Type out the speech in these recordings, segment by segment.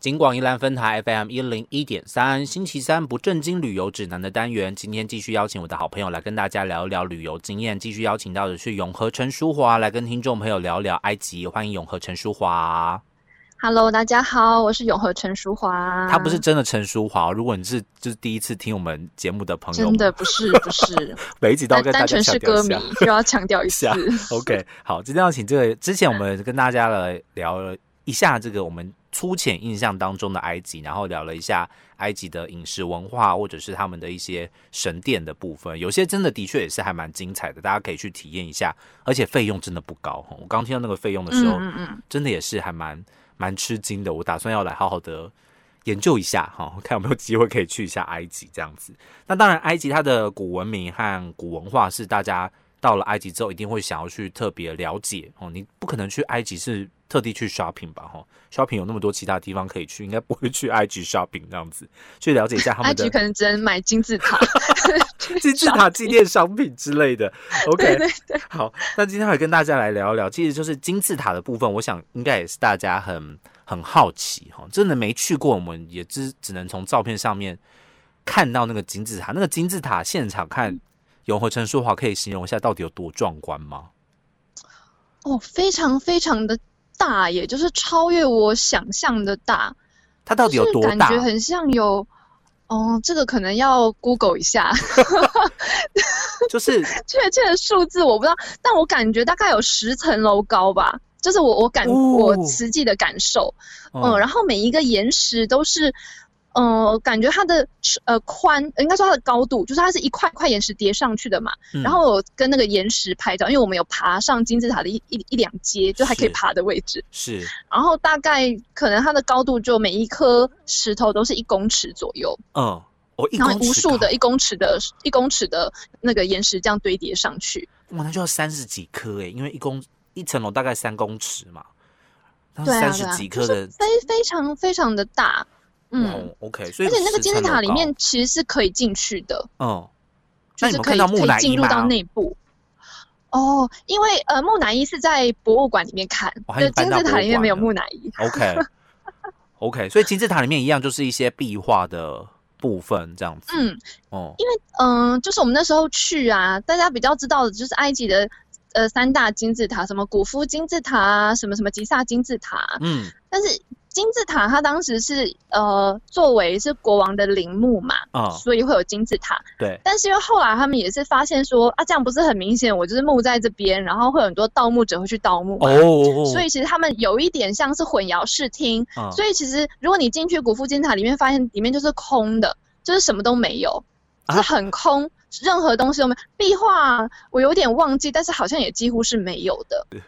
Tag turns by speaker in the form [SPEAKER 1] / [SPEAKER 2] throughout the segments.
[SPEAKER 1] 金广宜兰分台 FM 一零一点三，星期三不正经旅游指南的单元，今天继续邀请我的好朋友来跟大家聊一聊旅游经验。继续邀请到的是永和陈淑华来跟听众朋友聊聊埃及，欢迎永和陈淑
[SPEAKER 2] 啊
[SPEAKER 1] 华。
[SPEAKER 2] Hello，大家好，我是永和陈淑华。
[SPEAKER 1] 她不是真的陈淑华哦，如果你是就是第一次听我们节目的朋友，
[SPEAKER 2] 真 的不是不是，
[SPEAKER 1] 每一集都要
[SPEAKER 2] 单
[SPEAKER 1] 跟大
[SPEAKER 2] 单
[SPEAKER 1] 家
[SPEAKER 2] 纯
[SPEAKER 1] 强
[SPEAKER 2] 是
[SPEAKER 1] 调
[SPEAKER 2] 歌
[SPEAKER 1] 一
[SPEAKER 2] 迷
[SPEAKER 1] 下。，
[SPEAKER 2] 又要 强调一次
[SPEAKER 1] 下。OK，好，今天要请这个之前我们跟大家来聊了一下这个我们粗浅印象当中的埃及，然后聊了一下埃及的饮食文化或者是他们的一些神殿的部分，有些真的的确也是还蛮精彩的，大家可以去体验一下，而且费用真的不高。我刚听到那个费用的时候，
[SPEAKER 2] 嗯嗯嗯，
[SPEAKER 1] 真的也是还蛮蛮吃惊的。我打算要来好好的研究一下哈， 看有没有机会可以去一下埃及这样子。那当然，埃及它的古文明和古文化是大家到了埃及之后一定会想要去特别了解哦。你不可能去埃及是特地去 shopping 吧？哈，shopping 有那么多其他地方可以去，应该不会去埃及 shopping 这样子去了解一下他
[SPEAKER 2] 埃
[SPEAKER 1] 们的
[SPEAKER 2] 及可能只能买金字塔，
[SPEAKER 1] 金字塔纪念商品之类的。OK，
[SPEAKER 2] 对对对，
[SPEAKER 1] 好，那今天来跟大家来聊一聊，其实就是金字塔的部分，我想应该也是大家很很好奇哈，真的没去过，我们也只只能从照片上面看到那个金字塔，那个金字塔现场
[SPEAKER 2] 嗯
[SPEAKER 1] 看，永和陈淑华可以形容一下到底有多壮观吗？
[SPEAKER 2] 哦，非常非常的大耶，就是超越我想象的大，
[SPEAKER 1] 它到底有
[SPEAKER 2] 就
[SPEAKER 1] 多
[SPEAKER 2] 是感
[SPEAKER 1] 大？
[SPEAKER 2] 觉很像有。哦，这个可能要 Google 一下，
[SPEAKER 1] 就是
[SPEAKER 2] 确切的数字我不知道，但我感觉大概有十层楼高吧，就是我我感、
[SPEAKER 1] 哦
[SPEAKER 2] 我实际的感受，嗯，
[SPEAKER 1] 嗯
[SPEAKER 2] 然后每一个岩石都是，呃，感觉它的呃宽，呃应该说它的高度，就是它是一块块岩石叠上去的嘛。
[SPEAKER 1] 嗯
[SPEAKER 2] 然后我跟那个岩石拍照，因为我们有爬上金字塔的一一一两阶，就还可以
[SPEAKER 1] 是
[SPEAKER 2] 爬的位置。
[SPEAKER 1] 是
[SPEAKER 2] 然后大概可能它的高度就每一颗石头都是一公尺左右，
[SPEAKER 1] 嗯，我、一
[SPEAKER 2] 然后
[SPEAKER 1] 公尺
[SPEAKER 2] 无数的
[SPEAKER 1] 高
[SPEAKER 2] 一公尺的一公尺的那个岩石这样堆叠上去。
[SPEAKER 1] 哇，那就要三十几颗欸诶，因为一公一层楼大概三公尺嘛，那
[SPEAKER 2] 对啊，
[SPEAKER 1] 三
[SPEAKER 2] 对
[SPEAKER 1] 十
[SPEAKER 2] 啊，
[SPEAKER 1] 几
[SPEAKER 2] 就
[SPEAKER 1] 颗
[SPEAKER 2] 是
[SPEAKER 1] 的，
[SPEAKER 2] 非非常非常的大，嗯。
[SPEAKER 1] 哦，OK，所以
[SPEAKER 2] 而且那个
[SPEAKER 1] 10
[SPEAKER 2] 金字
[SPEAKER 1] 层楼
[SPEAKER 2] 塔里
[SPEAKER 1] 高
[SPEAKER 2] 面其实是可以进去的，
[SPEAKER 1] 嗯，
[SPEAKER 2] 就
[SPEAKER 1] 那你
[SPEAKER 2] 是
[SPEAKER 1] 们
[SPEAKER 2] 可
[SPEAKER 1] 看
[SPEAKER 2] 以
[SPEAKER 1] 到木
[SPEAKER 2] 可
[SPEAKER 1] 乃
[SPEAKER 2] 以
[SPEAKER 1] 伊
[SPEAKER 2] 进入到
[SPEAKER 1] 吗？
[SPEAKER 2] 内部。哦，因为呃，木乃伊是在博物馆里面看，
[SPEAKER 1] 哦还
[SPEAKER 2] 对，
[SPEAKER 1] 有搬
[SPEAKER 2] 金
[SPEAKER 1] 到
[SPEAKER 2] 字
[SPEAKER 1] 博
[SPEAKER 2] 塔
[SPEAKER 1] 物
[SPEAKER 2] 里面没有
[SPEAKER 1] 馆了
[SPEAKER 2] 木乃伊。
[SPEAKER 1] 嗯 OK OK，所以金字塔里面一样就是一些壁画的部分这样子。
[SPEAKER 2] 嗯
[SPEAKER 1] 哦，
[SPEAKER 2] 嗯、呃就是我们那时候去啊，大家比较知道的就是埃及的呃三大金字塔，什么古夫金字塔啊，什么什么吉萨金字塔啊。
[SPEAKER 1] 嗯
[SPEAKER 2] 但是金字塔它当时是呃作为是国王的陵墓嘛，
[SPEAKER 1] 啊、
[SPEAKER 2] 所以会有金字塔。
[SPEAKER 1] 对，
[SPEAKER 2] 但是因为后来他们也是发现说啊，这样不是很明显，我就是墓在这边，然后会有很多盗墓者会去盗墓嘛。
[SPEAKER 1] 哦，
[SPEAKER 2] 所以其实他们有一点像是混淆视听。
[SPEAKER 1] 嗯
[SPEAKER 2] 所以其实如果你进去古富金字塔里面，发现里面就是空的，就是什么都没有，
[SPEAKER 1] 啊
[SPEAKER 2] 就是很空，任何东西都没有。壁画我有点忘记，但是好像也几乎是没有的。对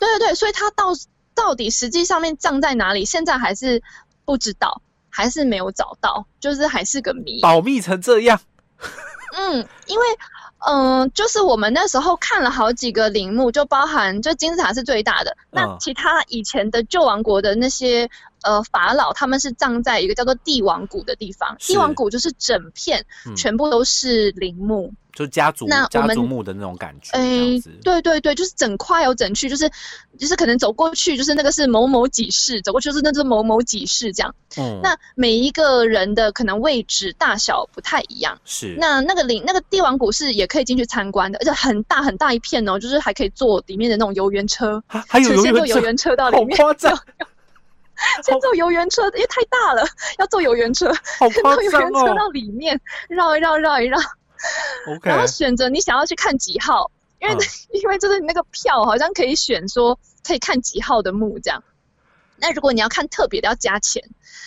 [SPEAKER 2] 对对，所以它到到底实际上面葬在哪里，现在还是不知道，还是没有找到，就是还是个谜。
[SPEAKER 1] 保密成这样，
[SPEAKER 2] 嗯，因为嗯、呃就是我们那时候看了好几个陵墓，就包含就金字塔是最大的，
[SPEAKER 1] 嗯
[SPEAKER 2] 那其他以前的旧王国的那些呃法老，他们是葬在一个叫做帝王谷的地方，帝
[SPEAKER 1] 是
[SPEAKER 2] 王谷就是整片、
[SPEAKER 1] 嗯
[SPEAKER 2] 全部都是陵墓，
[SPEAKER 1] 就家族
[SPEAKER 2] 那我
[SPEAKER 1] 家族
[SPEAKER 2] 们
[SPEAKER 1] 墓的那种感觉，这
[SPEAKER 2] 哎
[SPEAKER 1] 样子。，
[SPEAKER 2] 对对对，就是整块有整区，就是就是可能走过去就是那个是某某几世，走过去就是那是某某几世这样，
[SPEAKER 1] 嗯，
[SPEAKER 2] 那每一个人的可能位置大小不太一样。
[SPEAKER 1] 是
[SPEAKER 2] 那那个陵那个帝王谷是也可以进去参观的，而且很大很大一片哦，就是还可以坐里面的那种游园车，
[SPEAKER 1] 啊还有
[SPEAKER 2] 先
[SPEAKER 1] 游
[SPEAKER 2] 坐
[SPEAKER 1] 园
[SPEAKER 2] 游
[SPEAKER 1] 车，
[SPEAKER 2] 园车到里
[SPEAKER 1] 好
[SPEAKER 2] 面，
[SPEAKER 1] 夸张，
[SPEAKER 2] 先坐游园车，因为太大了，要坐游园车，
[SPEAKER 1] 好 夸
[SPEAKER 2] 坐游
[SPEAKER 1] 张
[SPEAKER 2] 园车
[SPEAKER 1] 哦。
[SPEAKER 2] 到里面绕一绕绕一绕，
[SPEAKER 1] OK，
[SPEAKER 2] 然后选择你想要去看几号，因为、
[SPEAKER 1] 哦嗯
[SPEAKER 2] 因为就是那个票好像可以选说可以看几号的墓这样。那如果你要看特别的，要加钱。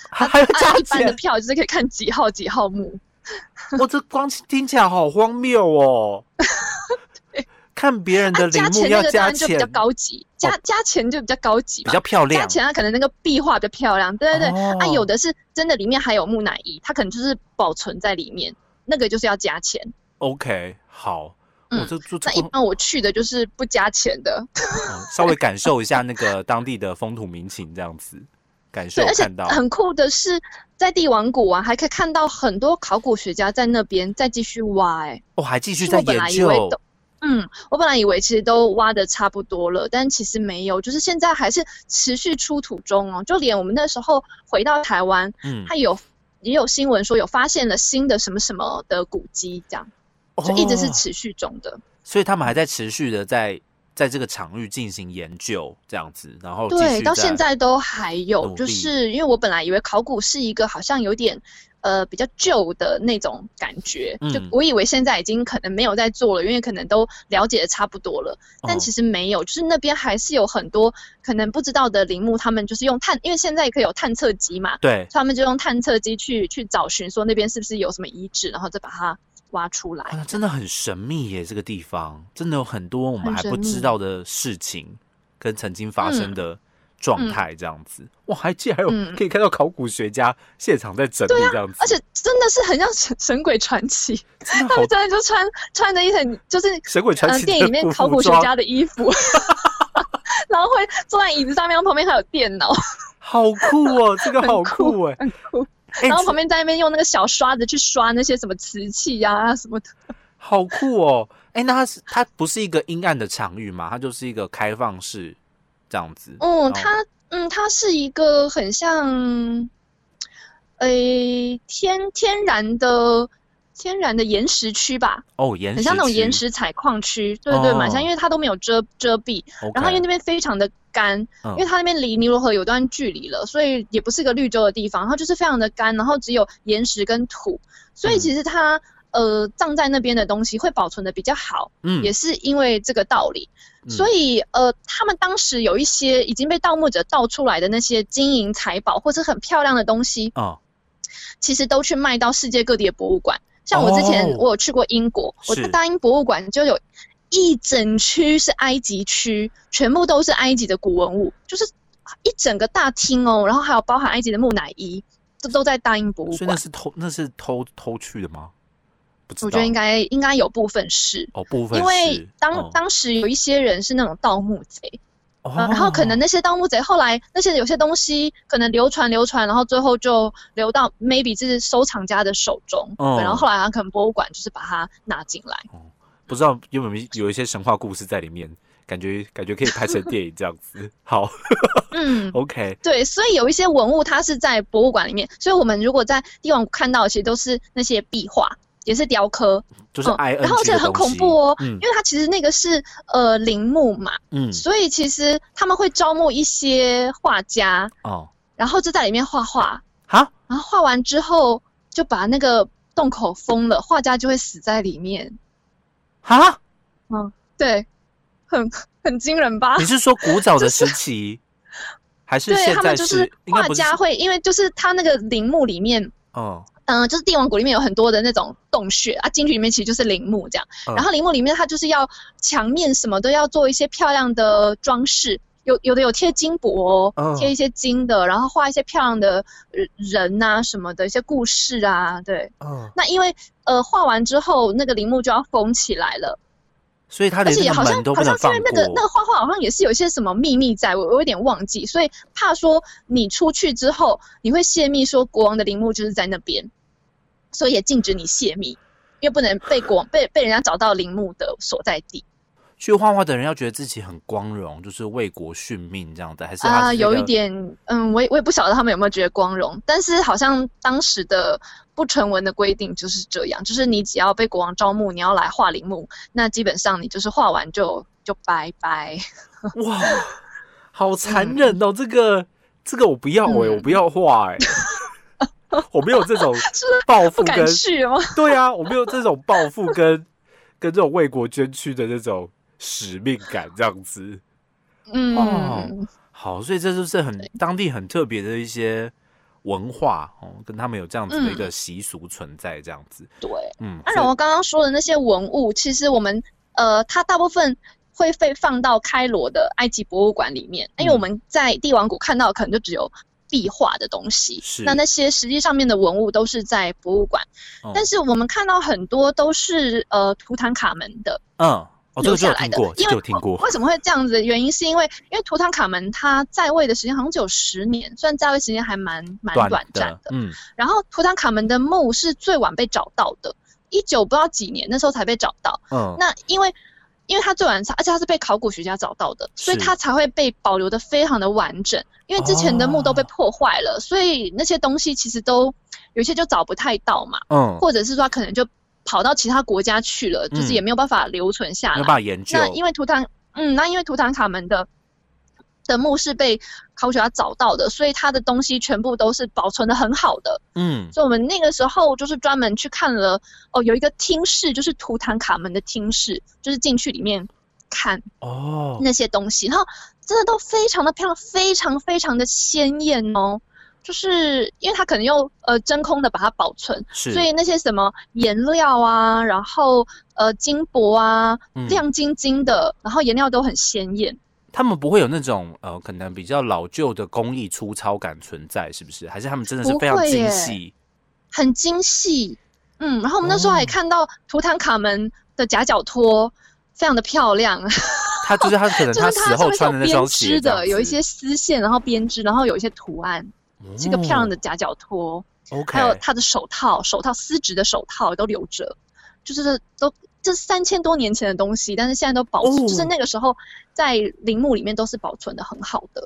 [SPEAKER 1] 还还要
[SPEAKER 2] 啊，
[SPEAKER 1] 加
[SPEAKER 2] 一般的
[SPEAKER 1] 钱，
[SPEAKER 2] 票就是可以看几号几号墓。
[SPEAKER 1] 我这光听起来好荒谬 哦。看别人的
[SPEAKER 2] 啊，
[SPEAKER 1] 陵
[SPEAKER 2] 加
[SPEAKER 1] 墓
[SPEAKER 2] 钱
[SPEAKER 1] 要
[SPEAKER 2] 那个当
[SPEAKER 1] 加
[SPEAKER 2] 然就比
[SPEAKER 1] 钱哦
[SPEAKER 2] 较，高级，加加钱就比较高级
[SPEAKER 1] 比
[SPEAKER 2] 嘛，
[SPEAKER 1] 较漂亮
[SPEAKER 2] 加，钱它可能那个壁画比较漂亮，对对对。啊，
[SPEAKER 1] 哦
[SPEAKER 2] 有的是真的里面还有木乃伊，它可能就是保存在里面，那个就是要加钱。
[SPEAKER 1] 哦 OK，好，我
[SPEAKER 2] 嗯
[SPEAKER 1] 这这这
[SPEAKER 2] 那一般我去的就是不加钱的，
[SPEAKER 1] 嗯稍微感受一下那个当地的风土民情，这样子感受
[SPEAKER 2] 对，而且
[SPEAKER 1] 看到，
[SPEAKER 2] 很酷的是，在帝王谷啊，还可以看到很多考古学家在那边再继续挖、欸，
[SPEAKER 1] 哦我、还继续
[SPEAKER 2] 是
[SPEAKER 1] 在
[SPEAKER 2] 我本
[SPEAKER 1] 研
[SPEAKER 2] 来以为
[SPEAKER 1] 究
[SPEAKER 2] 都，嗯，我本来以为其实都挖的差不多了，但其实没有，就是现在还是持续出土中哦。就连我们那时候回到台湾，
[SPEAKER 1] 嗯，
[SPEAKER 2] 它有也有新闻说有发现了新的什么什么的古迹，这样就一直是
[SPEAKER 1] 哦
[SPEAKER 2] 持续中的。
[SPEAKER 1] 所以他们还在持续的在在这个场域进行研究，这样子，然哦后继
[SPEAKER 2] 对，
[SPEAKER 1] 续
[SPEAKER 2] 到现在都还有
[SPEAKER 1] 努，
[SPEAKER 2] 就
[SPEAKER 1] 力
[SPEAKER 2] 是因为我本来以为考古是一个好像有点呃比较旧的那种感觉，就
[SPEAKER 1] 嗯
[SPEAKER 2] 我以为现在已经可能没有在做了，因为可能都了解的差不多了，但
[SPEAKER 1] 哦
[SPEAKER 2] 其实没有，就是那边还是有很多可能不知道的陵墓，他们就是用探，因为现在也可以有探测机嘛，
[SPEAKER 1] 对
[SPEAKER 2] 他们就用探测机去去找寻说那边是不是有什么遗址，然后再把它挖出来。
[SPEAKER 1] 哇，那真的很神秘耶！这个地方真的有很多我们
[SPEAKER 2] 很
[SPEAKER 1] 还不
[SPEAKER 2] 神
[SPEAKER 1] 知
[SPEAKER 2] 秘
[SPEAKER 1] 道的事情，跟曾经发生
[SPEAKER 2] 嗯
[SPEAKER 1] 的状态这样子。哇，还记得还有、
[SPEAKER 2] 嗯啊
[SPEAKER 1] 可以看到考古学家现场在整理这样子，
[SPEAKER 2] 而且真的是很像神神鬼传奇，
[SPEAKER 1] 真的好
[SPEAKER 2] 他们真的就穿穿着一层就是
[SPEAKER 1] 神鬼传
[SPEAKER 2] 嗯，
[SPEAKER 1] 奇、
[SPEAKER 2] 电影里面考古学家的衣服， 然后会坐在椅子上面，然后旁边还有电脑，
[SPEAKER 1] 好酷哦，这个
[SPEAKER 2] 很
[SPEAKER 1] 好
[SPEAKER 2] 酷
[SPEAKER 1] 酷哎！
[SPEAKER 2] 很酷。
[SPEAKER 1] 哎
[SPEAKER 2] 然后旁边在那边用那个小刷子去刷那些什么瓷器呀、什么的。
[SPEAKER 1] 好酷哦！哎、那它是它不是一个阴暗的场域嘛？它就是一个开放式这样子。
[SPEAKER 2] 嗯，
[SPEAKER 1] 然后
[SPEAKER 2] 它嗯，它是一个很像，诶、天天然的天然的岩石区吧，
[SPEAKER 1] 哦，岩石
[SPEAKER 2] 很像那种
[SPEAKER 1] 区
[SPEAKER 2] 岩，石采矿区，对对对，蛮、像，
[SPEAKER 1] 哦
[SPEAKER 2] 因为它都没有遮遮蔽，然后因为那边非常的干，
[SPEAKER 1] 嗯
[SPEAKER 2] 因为它那边离尼罗河有段距离了，所以也不是一个绿洲的地方，它就是非常的干，然后只有岩石跟土，所
[SPEAKER 1] 嗯
[SPEAKER 2] 以其实它、呃葬在那边的东西会保存的比较好，
[SPEAKER 1] 嗯
[SPEAKER 2] 也是因为这个道理。所
[SPEAKER 1] 以
[SPEAKER 2] 以呃，他们当时有一些已经被盗墓者盗出来的那些金银财宝或者很漂亮的东西，
[SPEAKER 1] 哦
[SPEAKER 2] 其实都去卖到世界各地的博物馆。像我之前
[SPEAKER 1] 哦
[SPEAKER 2] 我有去过英国，我
[SPEAKER 1] 是
[SPEAKER 2] 在大英博物馆就有一整区是埃及区，全部都是埃及的古文物，就是一整个大厅哦，然后还有包含埃及的木乃伊，这都在大英博物
[SPEAKER 1] 嗯所以那
[SPEAKER 2] 馆。
[SPEAKER 1] 是偷那是偷偷去的吗？不知道，
[SPEAKER 2] 我觉得应该应该有部分是。
[SPEAKER 1] 哦部分
[SPEAKER 2] 因为
[SPEAKER 1] 是
[SPEAKER 2] 当、
[SPEAKER 1] 哦
[SPEAKER 2] 当时有一些人是那种盗墓贼，
[SPEAKER 1] 哦
[SPEAKER 2] 啊，然后可能那些盗墓贼后来那些有些东西可能流传流传，然后最后就流到 maybe 是收藏家的手中，
[SPEAKER 1] 哦
[SPEAKER 2] 对然后后来他可能博物馆就是把它拿进 来。
[SPEAKER 1] 不知道有没有有一些神话故事在里面，感觉感觉可以拍成电影这样子。好
[SPEAKER 2] 嗯，
[SPEAKER 1] ，OK，
[SPEAKER 2] 对，所以有一些文物它是在博物馆里面，所以我们如果在帝王谷看到的其实都是那些壁画，也是雕刻，
[SPEAKER 1] 就是
[SPEAKER 2] 嗯
[SPEAKER 1] I N，
[SPEAKER 2] 然后而且很恐怖哦，
[SPEAKER 1] 嗯
[SPEAKER 2] 因为它其实那个是呃陵墓嘛，
[SPEAKER 1] 嗯
[SPEAKER 2] 所以其实他们会招募一些画家，
[SPEAKER 1] 哦，
[SPEAKER 2] 然后就在里面画画，
[SPEAKER 1] 哈，
[SPEAKER 2] 然后画完之后就把那个洞口封了，画家就会死在里面。
[SPEAKER 1] 哈，
[SPEAKER 2] 对，很很惊人吧
[SPEAKER 1] 你？是说古早的时 期，还是
[SPEAKER 2] 对
[SPEAKER 1] 现
[SPEAKER 2] 他
[SPEAKER 1] 在
[SPEAKER 2] 们就是
[SPEAKER 1] 应该
[SPEAKER 2] 画
[SPEAKER 1] 不是
[SPEAKER 2] 家会，因为就是他那个陵墓里面，
[SPEAKER 1] 哦，
[SPEAKER 2] 嗯、就是帝王谷里面有很多的那种洞穴啊，进去里面其实就是陵墓这样。
[SPEAKER 1] 嗯
[SPEAKER 2] 然后陵墓里面它就是要墙面什么都要做一些漂亮的装饰，有有的有贴金箔、
[SPEAKER 1] 嗯
[SPEAKER 2] 哦，贴一些金的，然后画一些漂亮的呃人呐、什么的一些故事啊，对。
[SPEAKER 1] 嗯，
[SPEAKER 2] 那因为呃画完之后，那个陵墓就要封起来了，
[SPEAKER 1] 所以他
[SPEAKER 2] 而
[SPEAKER 1] 连
[SPEAKER 2] 且也
[SPEAKER 1] 那
[SPEAKER 2] 好
[SPEAKER 1] 个
[SPEAKER 2] 像
[SPEAKER 1] 门都
[SPEAKER 2] 好
[SPEAKER 1] 不能
[SPEAKER 2] 像是因
[SPEAKER 1] 放过
[SPEAKER 2] 为那个那个画画好像也是有一些什么秘密在，我我有点忘记，所以怕说你出去之后你会泄密，说国王的陵墓就是在那边，所以也禁止你泄密，因为不能被国王被被人家找到陵墓的所在地
[SPEAKER 1] 去画画的人要觉得自己很光荣，就是为国殉命这样的，还是
[SPEAKER 2] 啊、
[SPEAKER 1] 他是
[SPEAKER 2] 有一
[SPEAKER 1] 个
[SPEAKER 2] 点嗯，我也我也不晓得他们有没有觉得光荣，但是好像当时的。不成文的规定就是这样，就是你只要被国王招募，你要来画陵墓，那基本上你就是画完就就拜拜。
[SPEAKER 1] 哇，好残忍哦！这个这个我不要哎、
[SPEAKER 2] 嗯
[SPEAKER 1] 我不要画 哎、我没有这种
[SPEAKER 2] 是不是
[SPEAKER 1] 报复
[SPEAKER 2] 不
[SPEAKER 1] 跟
[SPEAKER 2] 敢去哦。
[SPEAKER 1] 对啊，我没有这种报复跟 跟这种为国捐躯的这种使命感这样子。
[SPEAKER 2] 嗯，
[SPEAKER 1] 哦好，所以这就是很当地很特别的一些文化哦，跟他们有这样子的一
[SPEAKER 2] 嗯
[SPEAKER 1] 个习俗存在，这样子。
[SPEAKER 2] 对。
[SPEAKER 1] 嗯，所
[SPEAKER 2] 按
[SPEAKER 1] 以
[SPEAKER 2] 照啊我刚刚说的那些文物，其实我们呃，它大部分会被放到开罗的埃及博物馆里面，因为
[SPEAKER 1] 嗯
[SPEAKER 2] 我们在帝王谷看到的可能就只有壁画的东西
[SPEAKER 1] 是，
[SPEAKER 2] 那那些实际上面的文物都是在博物馆，
[SPEAKER 1] 哦
[SPEAKER 2] 但是我们看到很多都是呃图坦卡门的
[SPEAKER 1] 嗯，哦，这
[SPEAKER 2] 留
[SPEAKER 1] 个就
[SPEAKER 2] 下
[SPEAKER 1] 有
[SPEAKER 2] 来
[SPEAKER 1] 听
[SPEAKER 2] 的，
[SPEAKER 1] 过，这
[SPEAKER 2] 因
[SPEAKER 1] 个就
[SPEAKER 2] 为
[SPEAKER 1] 有听过。
[SPEAKER 2] 为什么会这样子？原因是因为因为图坦卡门他在位的时间好像只有十年，虽然在位时间还蛮蛮短暂
[SPEAKER 1] 的，嗯，
[SPEAKER 2] 然后图坦卡门的墓是最晚被找到的，一九不知道几年那时候才被找到。
[SPEAKER 1] 嗯，
[SPEAKER 2] 那因为因为它最晚查，而且它是被考古学家找到的，所以
[SPEAKER 1] 是
[SPEAKER 2] 它才会被保留的非常的完整。因为之前的墓都被
[SPEAKER 1] 哦
[SPEAKER 2] 破坏了，所以那些东西其实都有些就找不太到嘛，
[SPEAKER 1] 嗯，
[SPEAKER 2] 或者是说它可能就跑到其他国家去了，就是
[SPEAKER 1] 嗯
[SPEAKER 2] 也没有办法留存下
[SPEAKER 1] 没有
[SPEAKER 2] 来
[SPEAKER 1] 办。法研究
[SPEAKER 2] 那，因为图坦，嗯，那因为图坦卡门的的墓是被考古学家找到的，所以它的东西全部都是保存的很好的。
[SPEAKER 1] 嗯，
[SPEAKER 2] 所以我们那个时候就是专门去看了，哦，有一个厅室，就是图坦卡门的厅室，就是进去里面看
[SPEAKER 1] 哦，
[SPEAKER 2] 那些东西，然后真的都非常的漂亮，非常非常的鲜艳哦。就是因为它可能用呃真空的把它保存，
[SPEAKER 1] 是，
[SPEAKER 2] 所以那些什么颜料啊，然后呃金箔啊，
[SPEAKER 1] 嗯
[SPEAKER 2] 亮晶晶的，然后颜料都很鲜艳。
[SPEAKER 1] 他们不会有那种呃，可能比较老旧的工艺粗糙感存在，是不是？还是他们真的是
[SPEAKER 2] 不
[SPEAKER 1] 非常
[SPEAKER 2] 会
[SPEAKER 1] 精
[SPEAKER 2] 耶
[SPEAKER 1] 细？
[SPEAKER 2] 很精细，嗯，然后我们那时候
[SPEAKER 1] 哦
[SPEAKER 2] 还看到图坦卡门的夹脚拖，非常的漂亮，
[SPEAKER 1] 他就是他可能
[SPEAKER 2] 就是
[SPEAKER 1] 死
[SPEAKER 2] 它上
[SPEAKER 1] 后
[SPEAKER 2] 面是
[SPEAKER 1] 穿的
[SPEAKER 2] 有
[SPEAKER 1] 那双
[SPEAKER 2] 编
[SPEAKER 1] 鞋
[SPEAKER 2] 织
[SPEAKER 1] 这样子，
[SPEAKER 2] 的，有一些丝线，然后编织，然后有一些图案，是一个漂亮的夹脚拖，
[SPEAKER 1] 哦。OK，
[SPEAKER 2] 还有他的手套，手套丝质的手套都留着，就是都这三千多年前的东西，但是现在都保存，
[SPEAKER 1] 哦
[SPEAKER 2] 就是那个时候在陵墓里面都是保存的很好的，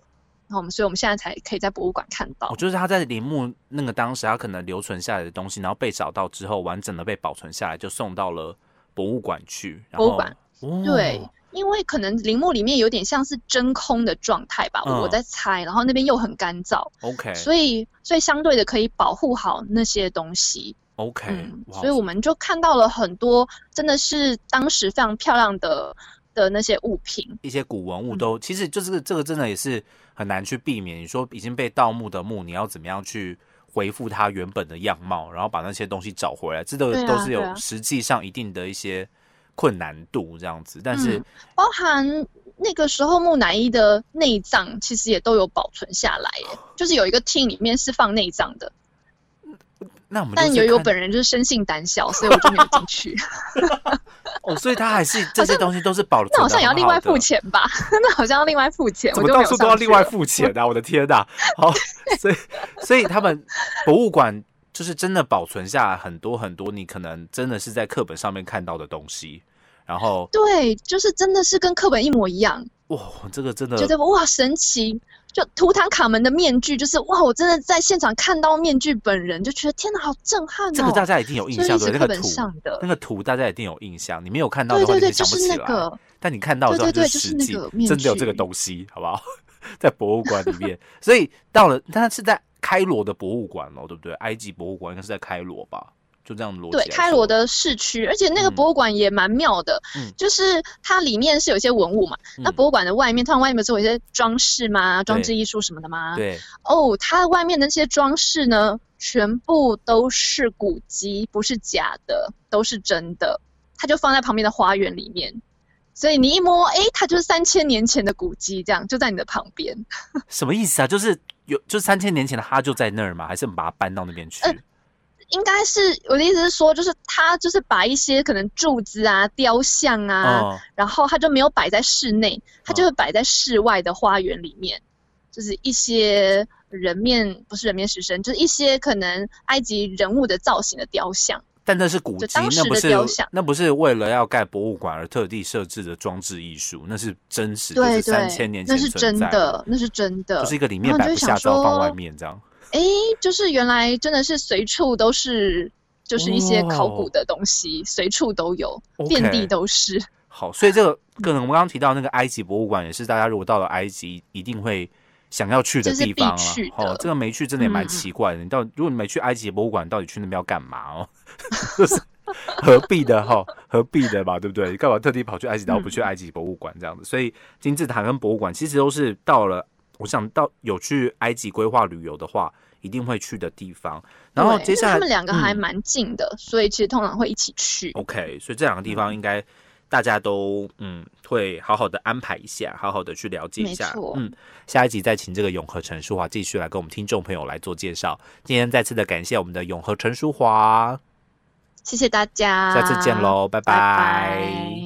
[SPEAKER 2] 然后我们所以我们现在才可以在博物馆看到
[SPEAKER 1] 哦，。就是他在陵墓那个当时他可能留存下来的东西，然后被找到之后，完整的被保存下来，就送到了博物馆去。然
[SPEAKER 2] 博物
[SPEAKER 1] 后
[SPEAKER 2] 馆，
[SPEAKER 1] 哦
[SPEAKER 2] 对，因为可能陵墓里面有点像是真空的状态吧，
[SPEAKER 1] 嗯
[SPEAKER 2] 我在猜。然后那边又很干燥，
[SPEAKER 1] ，OK，
[SPEAKER 2] 所以所以相对的可以保护好那些东西。
[SPEAKER 1] OK，、
[SPEAKER 2] 嗯，
[SPEAKER 1] 哇，
[SPEAKER 2] 所以我们就看到了很多真的是当时非常漂亮的的那些物品。
[SPEAKER 1] 一些古文物
[SPEAKER 2] 嗯
[SPEAKER 1] 都，其实就是这个真的也是很难去避免。你说已经被盗墓的墓，你要怎么样去恢复它原本的样貌，然后把那些东西找回来，这都、
[SPEAKER 2] 对啊
[SPEAKER 1] 都是
[SPEAKER 2] 对
[SPEAKER 1] 有
[SPEAKER 2] 啊
[SPEAKER 1] 实际上一定的一些困难度这样子。但是、
[SPEAKER 2] 嗯包含那个时候木乃伊的内脏，其实也都有保存下来耶，就是有一个厅里面是放内脏的，
[SPEAKER 1] 那我们
[SPEAKER 2] 但
[SPEAKER 1] 就是
[SPEAKER 2] 由于我
[SPEAKER 1] 看
[SPEAKER 2] 本人就是生性胆小，所以我就没有 进去。
[SPEAKER 1] 哦，所以它还是这些东西都是保留。
[SPEAKER 2] 那好像也要另外付，钱吧？ 那好像要另外付钱，
[SPEAKER 1] 怎
[SPEAKER 2] 我
[SPEAKER 1] 么
[SPEAKER 2] 就
[SPEAKER 1] 到
[SPEAKER 2] 没有
[SPEAKER 1] 处都
[SPEAKER 2] 上
[SPEAKER 1] 要
[SPEAKER 2] 去
[SPEAKER 1] 另外
[SPEAKER 2] 了
[SPEAKER 1] 付钱 啊？我的天呐、好，所以所以他们博物馆就是真的保存下来很多很多你可能真的是在课本上面看到的东西，然后。
[SPEAKER 2] 对，就是真的是跟课本一模一样，
[SPEAKER 1] 哇，这个真的
[SPEAKER 2] 觉得哇神奇。就图坦卡门的面具，就是哇，我真的在现场看到面具本人，就觉得天哪，好震撼哦！
[SPEAKER 1] 这个大家一定有印
[SPEAKER 2] 就是
[SPEAKER 1] 象，
[SPEAKER 2] 历
[SPEAKER 1] 对
[SPEAKER 2] 史
[SPEAKER 1] 那个
[SPEAKER 2] 课本
[SPEAKER 1] 图，
[SPEAKER 2] 上的
[SPEAKER 1] 那，个图大家一定有印象。你没有看到
[SPEAKER 2] 对
[SPEAKER 1] 的话，
[SPEAKER 2] 对
[SPEAKER 1] 你
[SPEAKER 2] 对，
[SPEAKER 1] 就
[SPEAKER 2] 就
[SPEAKER 1] 想不
[SPEAKER 2] 是
[SPEAKER 1] 起
[SPEAKER 2] 那
[SPEAKER 1] 来。
[SPEAKER 2] 个，
[SPEAKER 1] 但你看到的时候，
[SPEAKER 2] 对对对
[SPEAKER 1] 你
[SPEAKER 2] 就是
[SPEAKER 1] 实
[SPEAKER 2] 那
[SPEAKER 1] 际
[SPEAKER 2] 个面
[SPEAKER 1] 真的有这个
[SPEAKER 2] 具
[SPEAKER 1] 东西，好不好？在博物馆里面，所以到了，它是在开罗的博物馆哦，对不对？埃及博物馆应该是在开罗吧？就这样的逻辑来
[SPEAKER 2] 对，
[SPEAKER 1] 说。
[SPEAKER 2] 开罗的市区，而且那个
[SPEAKER 1] 嗯
[SPEAKER 2] 博物馆也蛮妙的，
[SPEAKER 1] 嗯
[SPEAKER 2] 就是它里面是有一些文物嘛，那
[SPEAKER 1] 嗯
[SPEAKER 2] 博物馆的外面，通常外面不是有一些装饰嘛，装置
[SPEAKER 1] 对
[SPEAKER 2] 艺术什么的嘛，
[SPEAKER 1] 对
[SPEAKER 2] 哦，它外面的那些装饰呢，全部都是古籍，不是假的，都是真的。它就放在旁边的花园里面，所以你一摸，诶，它就是三千年前的古迹，这样就在你的旁边。
[SPEAKER 1] 什么意思啊？就是有，就三千年前的哈就在那儿嘛，还是我们把它搬到那边去？
[SPEAKER 2] 呃应该是我的意思是说，就是它就是把一些可能柱子啊、雕像啊，
[SPEAKER 1] 哦，
[SPEAKER 2] 然后它就没有摆在室内，它
[SPEAKER 1] 嗯
[SPEAKER 2] 就会摆在室外的花园里面，就是一些人面不是人面狮身，就是一些可能埃及人物的造型的雕像。
[SPEAKER 1] 但那是古
[SPEAKER 2] 就
[SPEAKER 1] 迹
[SPEAKER 2] 当，时
[SPEAKER 1] 那不
[SPEAKER 2] 的
[SPEAKER 1] 是
[SPEAKER 2] 雕像
[SPEAKER 1] 那不是为了要盖博物馆而特地设置的装置艺术，那是真实，
[SPEAKER 2] 对
[SPEAKER 1] 就是
[SPEAKER 2] 对，
[SPEAKER 1] 三千年前
[SPEAKER 2] 那是
[SPEAKER 1] 存
[SPEAKER 2] 真
[SPEAKER 1] 在，
[SPEAKER 2] 的，那是真的。
[SPEAKER 1] 就是一个里
[SPEAKER 2] 然
[SPEAKER 1] 面
[SPEAKER 2] 后
[SPEAKER 1] 摆
[SPEAKER 2] 你
[SPEAKER 1] 不
[SPEAKER 2] 就想
[SPEAKER 1] 下，只好放
[SPEAKER 2] 说
[SPEAKER 1] 外面这样。
[SPEAKER 2] 诶，就是原来真的是随处都是，就是一些考古
[SPEAKER 1] 哦
[SPEAKER 2] 的东西，随处都有
[SPEAKER 1] OK
[SPEAKER 2] 遍地都是。
[SPEAKER 1] 好，所以这个可能我们刚刚提到那个埃及博物馆，也是大家如果到了埃及一定会想要去的
[SPEAKER 2] 这是
[SPEAKER 1] 地方啊
[SPEAKER 2] 必去。的嗯
[SPEAKER 1] 哦，这个没去真的也蛮奇怪的。你到如果你没去埃及博物馆，到底去那边要干嘛哦？ 就是何必的哈、何必的吧，对不对？你干嘛特地跑去埃及，然后不
[SPEAKER 2] 嗯
[SPEAKER 1] 去埃及博物馆这样子？所以金字塔跟博物馆其实都是到了，我想到有去埃及规划旅游的话，一定会去的地方。然后
[SPEAKER 2] 对
[SPEAKER 1] 接
[SPEAKER 2] 因为
[SPEAKER 1] 下来
[SPEAKER 2] 他们两个还
[SPEAKER 1] 嗯哦
[SPEAKER 2] 蛮近的，所以其实通常会一起去。
[SPEAKER 1] OK，所以这两个地
[SPEAKER 2] 嗯
[SPEAKER 1] 方应该大家都嗯会好好的安排一下，好好的去了解一下
[SPEAKER 2] 没错。
[SPEAKER 1] 嗯，下一集再请这个永和陈淑华继续来跟我们听众朋友来做介绍。今天再次的感谢我们的永和陈淑华，
[SPEAKER 2] 谢谢大家，
[SPEAKER 1] 下次见喽，拜
[SPEAKER 2] 啊拜拜